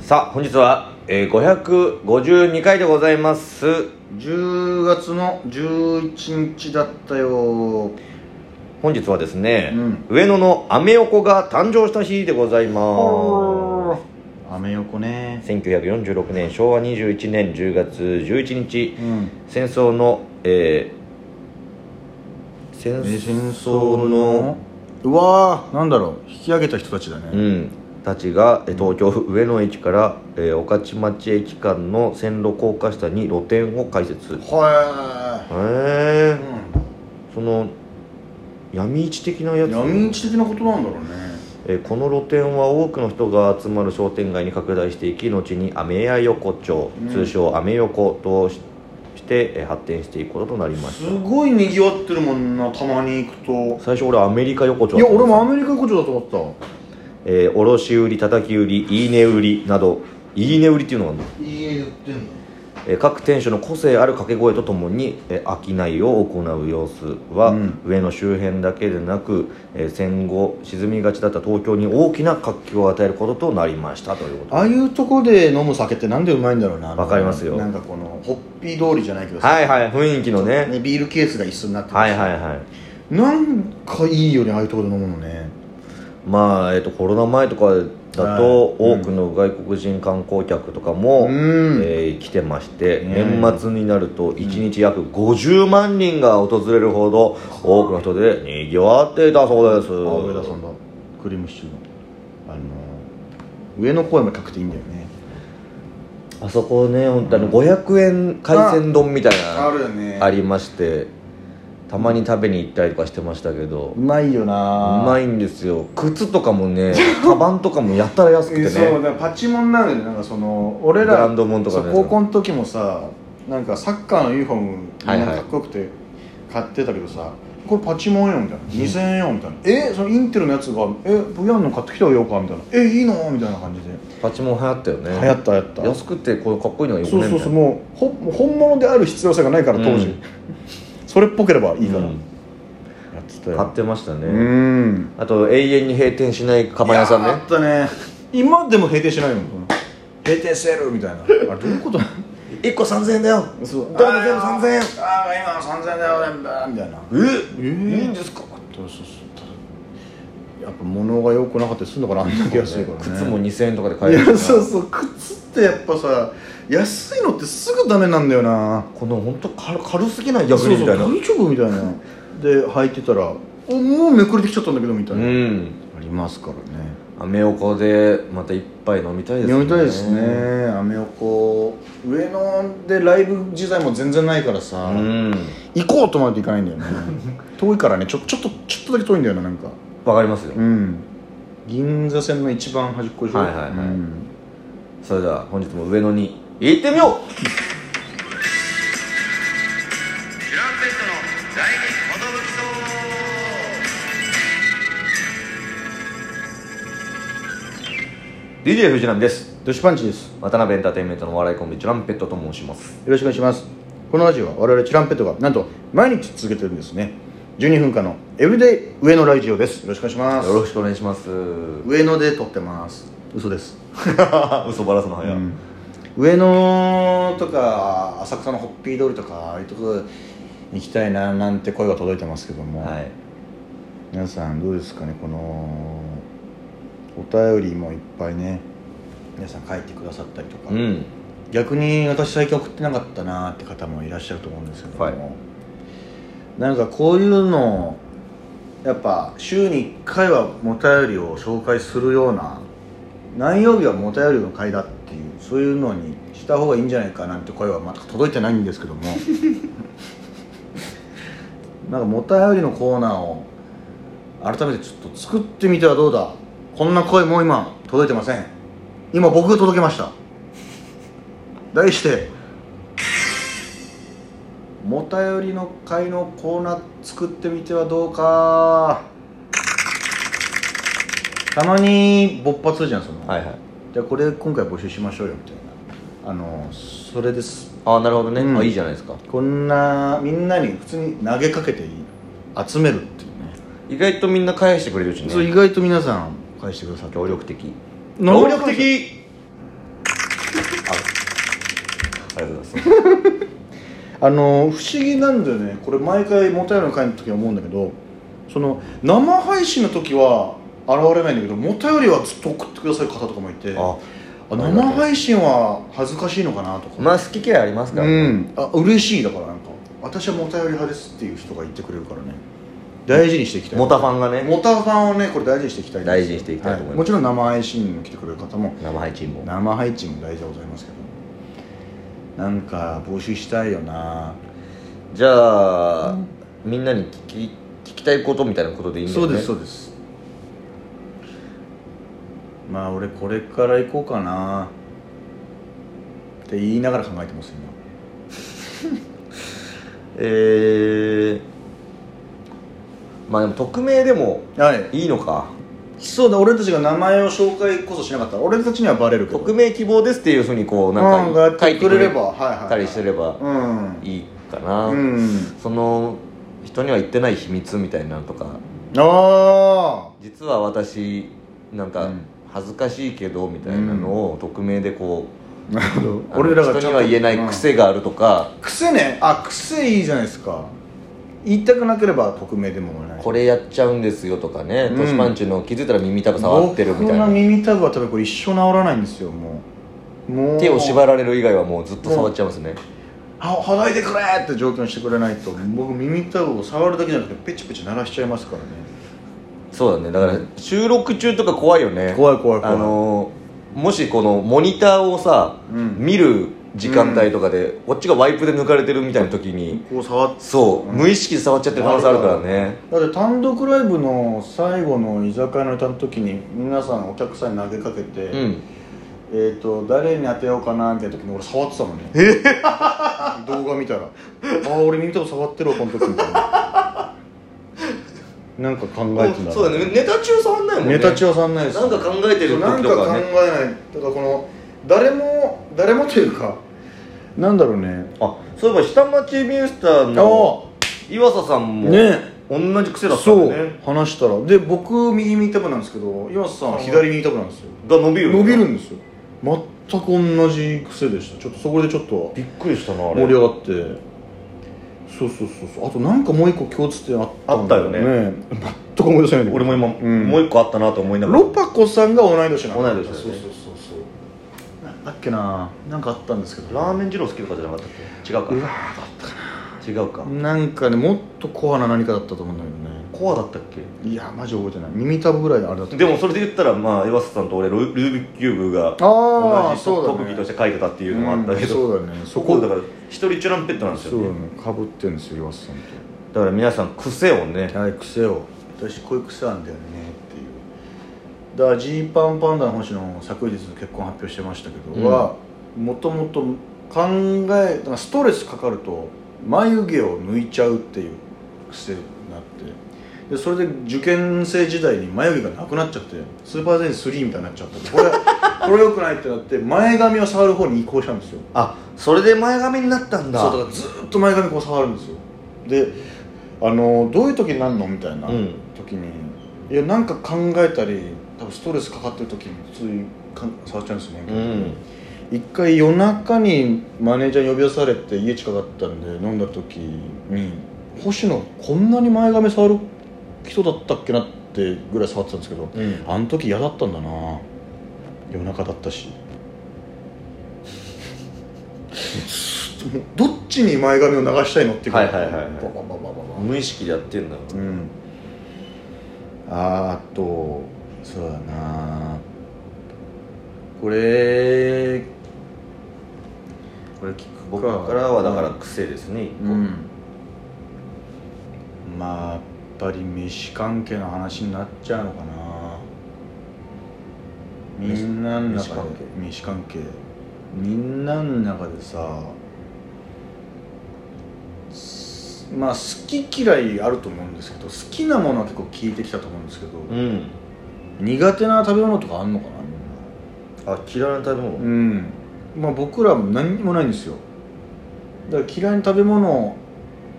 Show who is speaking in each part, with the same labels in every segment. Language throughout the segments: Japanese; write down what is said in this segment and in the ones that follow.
Speaker 1: さあ本日は、えー、552回でございます
Speaker 2: 10月の11日だったよ
Speaker 1: 本日はですね、
Speaker 2: うん
Speaker 1: 上野のアメ横が誕生した日でございます
Speaker 2: アメ横ね
Speaker 1: 1946年昭和21年10月11日
Speaker 2: うん
Speaker 1: 戦争のえー戦
Speaker 2: え戦争のうわーなんだろう引き上げた人たちだ
Speaker 1: う
Speaker 2: ね
Speaker 1: んたちがえー東京上野駅から、えー、御徒町駅間の線路高架下に露店を開設へ
Speaker 2: は
Speaker 1: え
Speaker 2: い、
Speaker 1: その闇市的なや
Speaker 2: う
Speaker 1: つ
Speaker 2: ん、闇市的なことなんだろうね
Speaker 1: えーこの露店は多くの人が集まる商店街に拡大していき後にアメ屋横町、
Speaker 2: うん
Speaker 1: 通称アメ横としして、えー発展していくこととなりまし
Speaker 2: すごいにぎわってるもんなたまに行く
Speaker 1: た
Speaker 2: と
Speaker 1: 最初俺アメリカ横丁
Speaker 2: い
Speaker 1: だ
Speaker 2: や
Speaker 1: と思
Speaker 2: 俺
Speaker 1: って
Speaker 2: もアメリカ横丁だと思っ
Speaker 1: た、
Speaker 2: た
Speaker 1: えー卸売叩き売りいいね売りなどいいね売りっていうのがあるの、
Speaker 2: いいえ言ってんの
Speaker 1: えー各店主の個性ある掛け声とともに、えー商いを行う様子は、
Speaker 2: うん
Speaker 1: 上の周辺だけでなく、えー戦後沈みがちだった東京に大きな活気を与えることとなりましたということ
Speaker 2: ああいうとこで飲む酒ってなんでうまいんだろうな
Speaker 1: わかりますよ
Speaker 2: なんかこのホッピー通りじゃないけどさ
Speaker 1: はいはい雰囲気のね
Speaker 2: ねビールケースが一緒になってる
Speaker 1: はいはいはい
Speaker 2: なんかいいよねああいうとこで飲むのね
Speaker 1: まあ、えっとコロナ前とかだと、多くの外国人観光客とかも、
Speaker 2: うん
Speaker 1: えー来てまして、
Speaker 2: ね
Speaker 1: 年末になると1日約50万人が訪れるほど、多くの人でにぎわっていたそうです
Speaker 2: あ上田さんだクリームシチューのあの上の公園も高くていいんだよね
Speaker 1: あそこね本当あの500円海鮮丼みたいな
Speaker 2: よね
Speaker 1: ありましてたまに食べに行ったりとかしてましたけど
Speaker 2: うまいよ
Speaker 1: う
Speaker 2: な
Speaker 1: ま
Speaker 2: い
Speaker 1: いんですよ靴とかも ねカバンとかもやったら安くてね
Speaker 2: そうだからパチモンなんだよねなんかその俺
Speaker 1: ブラ
Speaker 2: ら
Speaker 1: ンドもんとかね
Speaker 2: そう高校の時もさなんかサッカーのユニフォーム
Speaker 1: はいはい
Speaker 2: なんかかっこよくて買ってたけどさ、これパチモンよみたいな2000円よみたいなえそのインテルのやつがえ VR の買ってきたよかみたいなえいいのみたいな感じで
Speaker 1: パチモン流行ったよね
Speaker 2: 流行った流行った
Speaker 1: 安くてこうかっこいいのがよく
Speaker 2: そ
Speaker 1: ね
Speaker 2: うそうそう
Speaker 1: み
Speaker 2: もうほ本物である必要性がないから当時、
Speaker 1: うん
Speaker 2: それっぽければいい
Speaker 1: た
Speaker 2: か
Speaker 1: い
Speaker 2: ら、
Speaker 1: な
Speaker 2: やってた
Speaker 1: うん
Speaker 2: よ
Speaker 1: 買ってました
Speaker 2: う
Speaker 1: ね
Speaker 2: ん
Speaker 1: あと永遠に閉店しないカバン屋さん
Speaker 2: いやあ
Speaker 1: ね
Speaker 2: ったね今でも閉店しないもん閉店セールみたいなあれどういうこと
Speaker 1: 1個3000円だよ
Speaker 2: そう
Speaker 1: どれも全部3000円
Speaker 2: ああ今の3000円だよ全部みたいな
Speaker 1: え
Speaker 2: え
Speaker 1: いいん
Speaker 2: ー、
Speaker 1: ですか
Speaker 2: そうそうそうやっぱ物が良くなかったりするのかなあんだけ安いからね
Speaker 1: 靴も2000円とかで
Speaker 2: い
Speaker 1: 買えるし
Speaker 2: や
Speaker 1: な
Speaker 2: そうそう靴ってやっぱさ安いのってすぐダメなんだよな
Speaker 1: この本当軽軽すぎない逆にみたいな
Speaker 2: そうそう大丈夫みたいなで履いてたらおもうめくれてきちゃったんだけどみたいな、
Speaker 1: うん
Speaker 2: ありますからね
Speaker 1: アメ横でまた一杯飲みたいですね
Speaker 2: 読みたいですねアメ横上野でライブ自体も全然ないからさ、
Speaker 1: うん
Speaker 2: 行こうとまで行かないん だよね遠いからねちょちょっとちょっとだけ遠いんだよななんか
Speaker 1: わかりますよ
Speaker 2: うん銀座線の一番端っこでしょ
Speaker 1: はいはいはい
Speaker 2: うん
Speaker 1: それでは本日も上野に行ってみよう DJ 藤波です
Speaker 2: ドシパンチですよ
Speaker 1: 渡辺エンターテインメントのお笑いコンビチュランペットと申します
Speaker 2: ろしくお願いしますこのラジオは我々チュランペットがなんと毎日続けてるんですね12分間のエブリデイ上野ラジオですよろしくお願いします
Speaker 1: よろしくお願いします
Speaker 2: 上野で撮ってます嘘です、
Speaker 1: 嘘ばらすの
Speaker 2: う
Speaker 1: 早い、
Speaker 2: ん、上野とか浅草のホッピー通りとかああいうとこ行きたいななんて声が届いてますけども、
Speaker 1: はい
Speaker 2: 皆さんどうですかねこのお便りもいっぱいね皆さん書いてくださったりとか、
Speaker 1: うん
Speaker 2: 逆に私最近送ってなかったなって方もいらっしゃると思うんですけども、
Speaker 1: はい
Speaker 2: なんかこういうのやっぱ週に1回はお便りを紹介するような何曜日はお便りの回だっていうそういうのにした方がいいんじゃないかなんて声はまだ届いてないんですけど もなんかお便りのコーナーを改めてちょっと作ってみてはどうだこんな声も今届いてません今僕が届けました題して「もたよりの会」のコーナー作ってみてはどうかたまに勃発するじゃんその、
Speaker 1: はいはい
Speaker 2: じゃあこれ今回募集しましょうよみたいなあのそれです
Speaker 1: ああなるほどね、
Speaker 2: うん
Speaker 1: あいいじゃないですか
Speaker 2: こんなみんなに普通に投げかけていい集めるっていうね
Speaker 1: 意外とみんな返してくれるし
Speaker 2: そう
Speaker 1: ね
Speaker 2: 意外と皆さん返してくださって
Speaker 1: 協力的
Speaker 2: 能力的
Speaker 1: ですね
Speaker 2: あの不思議なんだよねこれ毎回もたよりの会の時は思うんだけどその生配信の時は現れないんだけどもたよりはずっと送ってくださる方とかもいてあ
Speaker 1: あ
Speaker 2: 生配信は恥ずかしいのかなとか、
Speaker 1: まあ好き嫌いありますから、
Speaker 2: う
Speaker 1: ね
Speaker 2: んあ嬉しいだからなんか私はもたより派ですっていう人が言ってくれるからね大事にしていきたい
Speaker 1: モタファンがね
Speaker 2: モタファンをねこれ大事にしていきたいです
Speaker 1: 大事にしていきたいと思います
Speaker 2: もちろん生配信に来てくれる方も
Speaker 1: 生配信も
Speaker 2: 生配信も大事でございますけどなんか募集したいよな
Speaker 1: じゃあ、みんなに聞き聞きたいことみたいなことでいいんだよね
Speaker 2: うですまあ俺これから行こうかなって言いながら考えてます
Speaker 1: えー、まあでも匿名でも
Speaker 2: 今はい
Speaker 1: いいのか
Speaker 2: そうだ俺たちが名前を紹介こそしなかったら俺たちにはバレるけど
Speaker 1: 匿名希望ですっていうふうにこう
Speaker 2: な
Speaker 1: な
Speaker 2: んか
Speaker 1: んか
Speaker 2: 書
Speaker 1: 書
Speaker 2: い
Speaker 1: い
Speaker 2: て
Speaker 1: て
Speaker 2: く
Speaker 1: く
Speaker 2: れ
Speaker 1: れ
Speaker 2: ればはいはいはい
Speaker 1: たりすれば
Speaker 2: うん
Speaker 1: いいかな、
Speaker 2: うん
Speaker 1: その人には言ってない秘密みたいなのとか
Speaker 2: あ
Speaker 1: 実は私なん
Speaker 2: う
Speaker 1: か
Speaker 2: ん
Speaker 1: 恥ずかしいけどみたいなのを匿名でこ
Speaker 2: あなるほど
Speaker 1: う、あの人には言えない癖があるとか、
Speaker 2: 癖ねあ癖いいじゃないですか言いたくなければ匿名でもない
Speaker 1: これやっちゃうんですよとかね、
Speaker 2: うん
Speaker 1: トシパンチの気づいたら耳たぶ触ってるみたい
Speaker 2: 僕
Speaker 1: な
Speaker 2: の耳たぶは多分これ一生治らないんですよもうもう
Speaker 1: 手を縛られる以外はもうずっと触っちゃいますね、
Speaker 2: あほどいてくれって状況にしてくれないと僕耳たぶを触るだけじゃなくてペチペチ鳴らしちゃいますからね
Speaker 1: そうだねだから収録中とか怖いよね
Speaker 2: 怖い怖い怖い
Speaker 1: あのーもしこのモニターをさ、
Speaker 2: うん
Speaker 1: 見る時間帯とかで、こっちがワイプで抜かれてるみたいな時に
Speaker 2: こう触って
Speaker 1: そう、無意識で触っちゃってる可能性あるからね
Speaker 2: だって単独ライブの最後の居酒屋の歌の時に皆さんお客さんに投げかけて、
Speaker 1: うん
Speaker 2: えっ、と誰に当てようかなみたいな時に俺触ってたもんね動画見たらああ俺耳たぶ触ってるわこの時みたいななんか考えてんだな
Speaker 1: そうだねネタ中触んないもんね
Speaker 2: ネタ中はさんないです
Speaker 1: なんか考えてる時とか
Speaker 2: な
Speaker 1: ね
Speaker 2: んか考えないだからこの誰も誰もというかなんだろうね
Speaker 1: あそういえば下町ミュースターの
Speaker 2: あ
Speaker 1: 岩佐さんも
Speaker 2: ね
Speaker 1: 同じ癖だった
Speaker 2: そ
Speaker 1: ん
Speaker 2: う
Speaker 1: だね
Speaker 2: 話したらで僕右耳たぶなんですけど岩瀬さんは左耳たぶなんですよ
Speaker 1: が伸びるよね
Speaker 2: 伸びるんですよ全く同じ癖でしたちょっとそこでちょっと
Speaker 1: びっくりしたなあ
Speaker 2: 盛
Speaker 1: れ
Speaker 2: り上がってそうそうそうそうあとなんかもう一個共通点あったんだ
Speaker 1: あった
Speaker 2: ね全く思い出せないんだけ
Speaker 1: 俺
Speaker 2: ど
Speaker 1: も今、
Speaker 2: ん
Speaker 1: もう一個あったなと思いながら
Speaker 2: ロパコさんが同い年なんだ
Speaker 1: 同い年だね
Speaker 2: そうそうそうそうなんだっけななんかあったんですけど
Speaker 1: ラーメン二郎好きとかじゃなかったっけ違うか
Speaker 2: うわーだったか
Speaker 1: 違うか、
Speaker 2: ななんかねもっとコアな何かだったと思うんだけ
Speaker 1: コアだったっけ
Speaker 2: どねいやマジ覚えてない耳たぶぐらいであれだった
Speaker 1: でもそれで言ったらまあ岩瀬さんと俺ルルービックキューブが
Speaker 2: あ
Speaker 1: 同
Speaker 2: あ
Speaker 1: じ
Speaker 2: そうだね
Speaker 1: 特技として書いてたっていうのもあったけど、
Speaker 2: うんそうだね
Speaker 1: そこだから一人チュランペットなんです
Speaker 2: そ
Speaker 1: よ
Speaker 2: う
Speaker 1: ね
Speaker 2: だねかぶってんですよ岩瀬さんと
Speaker 1: だから皆さん癖をね
Speaker 2: はい癖を私こういう癖なんだよねっていうだからジーパンパンダの星の昨日結婚発表してましたけど、
Speaker 1: うん
Speaker 2: はもともと考えだからストレスかかると眉毛を抜いちゃうっていう癖になってでそれで受験生時代に眉毛がなくなっちゃってスーパーゼン3みたいになっちゃったこれこれ良くないってなって前髪を触る方に移行したんですよ
Speaker 1: あそれで前髪になったんだ
Speaker 2: そうだからずっと前髪こう触るんですよであのどういう時になるのみたいな
Speaker 1: うん
Speaker 2: 時に、いやなんか考えたり多分ストレスかかってる時についか触っちゃうんですよ
Speaker 1: う
Speaker 2: ね、
Speaker 1: ん
Speaker 2: 一回夜中にマネージャーに呼び出されて家近かったんで飲んだ時に星野こんなに前髪触る人だったっけなってぐらい触ってたんですけど
Speaker 1: うん
Speaker 2: あの時嫌だったんだな夜中だったしもうどっちに前髪を流したいのっていうか
Speaker 1: はいはいはいはい
Speaker 2: ババババババ
Speaker 1: 無意識でやってんだろ
Speaker 2: うんあーあとそうだなこれこれ聞く
Speaker 1: 僕からはだから癖ですね、
Speaker 2: うんまあやっぱり飯関係の話になっちゃうのかなみんなの中で飯関係みんなの中でさすまあ好き嫌いあると思うんですけど好きなものは結構聞いてきたと思うんですけど、
Speaker 1: うん
Speaker 2: 苦手な食べ物とかあんのかなみんな
Speaker 1: あ嫌いな食べ物、
Speaker 2: うんまあ僕らも何にもないんですよだから嫌いな食べ物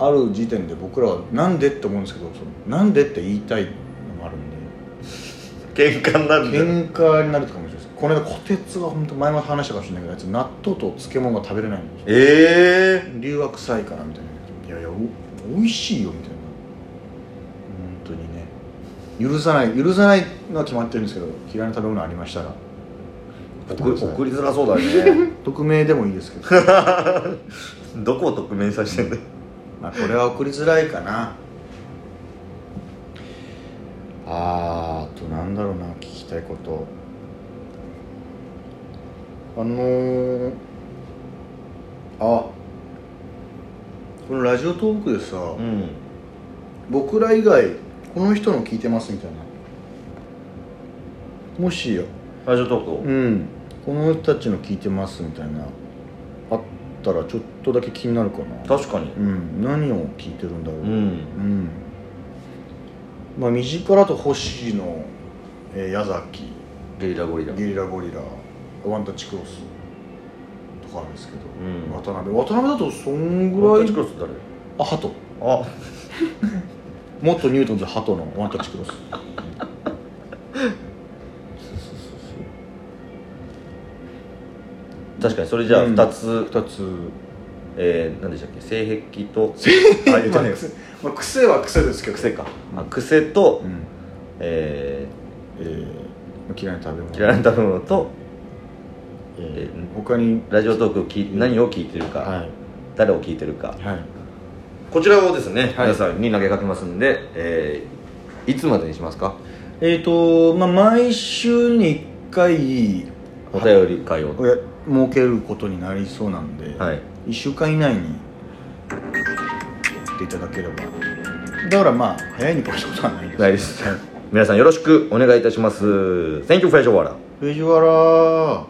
Speaker 2: ある時点で僕らはなんでって思うんですけどそのなんでって言いたいのもあるんで
Speaker 1: 喧嘩になるんだよ
Speaker 2: 喧嘩になるとかもしれないですこの間こてつが本当前も話したかもしれないけどあいつ納豆と漬物が食べれないんですよ
Speaker 1: ええ
Speaker 2: 理由は臭いからみたいないやいやお美味しいよみたいな本当にね許さない許さないのは決まってるんですけど嫌いな食べ物ありましたら
Speaker 1: 送送りづらそうだ ね
Speaker 2: 匿名でもいいですけど
Speaker 1: どこを匿名にさせてんだよ
Speaker 2: まあこれは送りづらいかなあーあとなんだろうな聞きたいことあのー、あこのラジオトークでさ、
Speaker 1: うん
Speaker 2: 僕ら以外この人の聞いてますみたいなもしよ
Speaker 1: ラジオトークを
Speaker 2: うんこの人たちの聞いてますみたいなあったらちょっとだけ気になるかな
Speaker 1: 確かに
Speaker 2: うん何を聞いてるんだろう
Speaker 1: う
Speaker 2: うん、
Speaker 1: ん
Speaker 2: まあ身近だと星野、えー矢崎
Speaker 1: ゲリラゴリラ
Speaker 2: ゲリラゴリラワンタッチクロスとかあるんですけど、
Speaker 1: うん
Speaker 2: 渡辺渡辺だとそんぐ
Speaker 1: ワン
Speaker 2: ら
Speaker 1: タッチ
Speaker 2: い
Speaker 1: クロス誰
Speaker 2: あハト
Speaker 1: あ
Speaker 2: 元ニュートンズハトのワンタッチクロス
Speaker 1: 確かにそれじゃあ
Speaker 2: うん
Speaker 1: 2つ、
Speaker 2: 2つ
Speaker 1: えー、何でしたっけ性癖とあ
Speaker 2: はい
Speaker 1: 言ったね
Speaker 2: まあ、癖は癖ですけど
Speaker 1: 癖かあ癖と、
Speaker 2: うん
Speaker 1: え
Speaker 2: えー嫌いな食べ
Speaker 1: ー、
Speaker 2: 物
Speaker 1: 嫌いな食べ物と
Speaker 2: え
Speaker 1: え
Speaker 2: ー、他に
Speaker 1: ラジオトークを聞い何を聞いてるか、
Speaker 2: は
Speaker 1: 誰を聞いてるか
Speaker 2: いはい
Speaker 1: こちらをですね、
Speaker 2: はい
Speaker 1: 皆さんに投げかけますんで、えーいつまでにしますか
Speaker 2: えっ、とまあ毎週に1回
Speaker 1: お便り会を
Speaker 2: おや設けることになりそうなんで、
Speaker 1: はい
Speaker 2: 1週間以内にやっていただければだからまあ早いに越したことはないです
Speaker 1: ないです皆さんよろしくお願いいたします Thank you フェイジョワラ
Speaker 2: 藤原